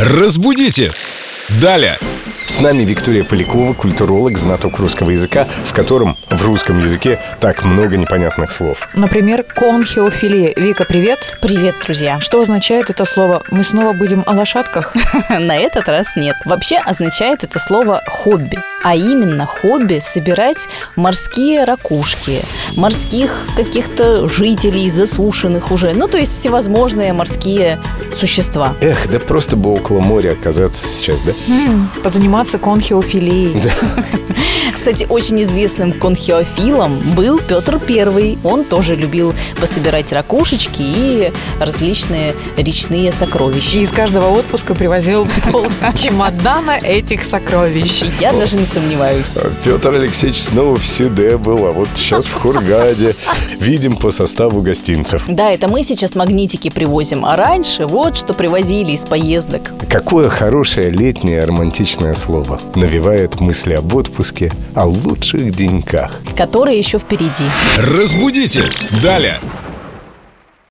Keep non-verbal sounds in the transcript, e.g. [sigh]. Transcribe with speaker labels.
Speaker 1: Разбудите! Далее!
Speaker 2: С нами Виктория Полякова, культуролог, знаток русского языка, в котором в русском языке так много непонятных слов.
Speaker 3: Например, конхеофилия. Вика, привет.
Speaker 4: Привет, друзья. [laughs]
Speaker 3: Что означает это слово? Мы снова будем о лошадках?
Speaker 4: На этот раз нет. Вообще означает это слово хобби. А именно хобби собирать морские ракушки, морских каких-то жителей, засушенных уже. Ну, то есть всевозможные морские существа.
Speaker 2: Эх, да просто бы около моря оказаться сейчас, да?
Speaker 3: Позаниматься конхеофилией.
Speaker 4: Кстати, очень известным конхеофилом был Петр Первый. Он тоже любил пособирать ракушечки и различные речные
Speaker 3: И
Speaker 4: сокровища.
Speaker 3: из каждого отпуска привозил [laughs] пол чемодана этих сокровищ.
Speaker 4: Я даже не сомневаюсь.
Speaker 2: А Петр Алексеевич снова в Седе был, а вот сейчас в Хургаде. Видим по составу гостинцев.
Speaker 4: Да, это мы сейчас магнитики привозим, а раньше вот что привозили из поездок.
Speaker 2: Какое хорошее летнее романтичное слово. Навевает мысли об отпуске, о лучших деньках.
Speaker 4: которые еще впереди.
Speaker 1: Разбудите! Далее!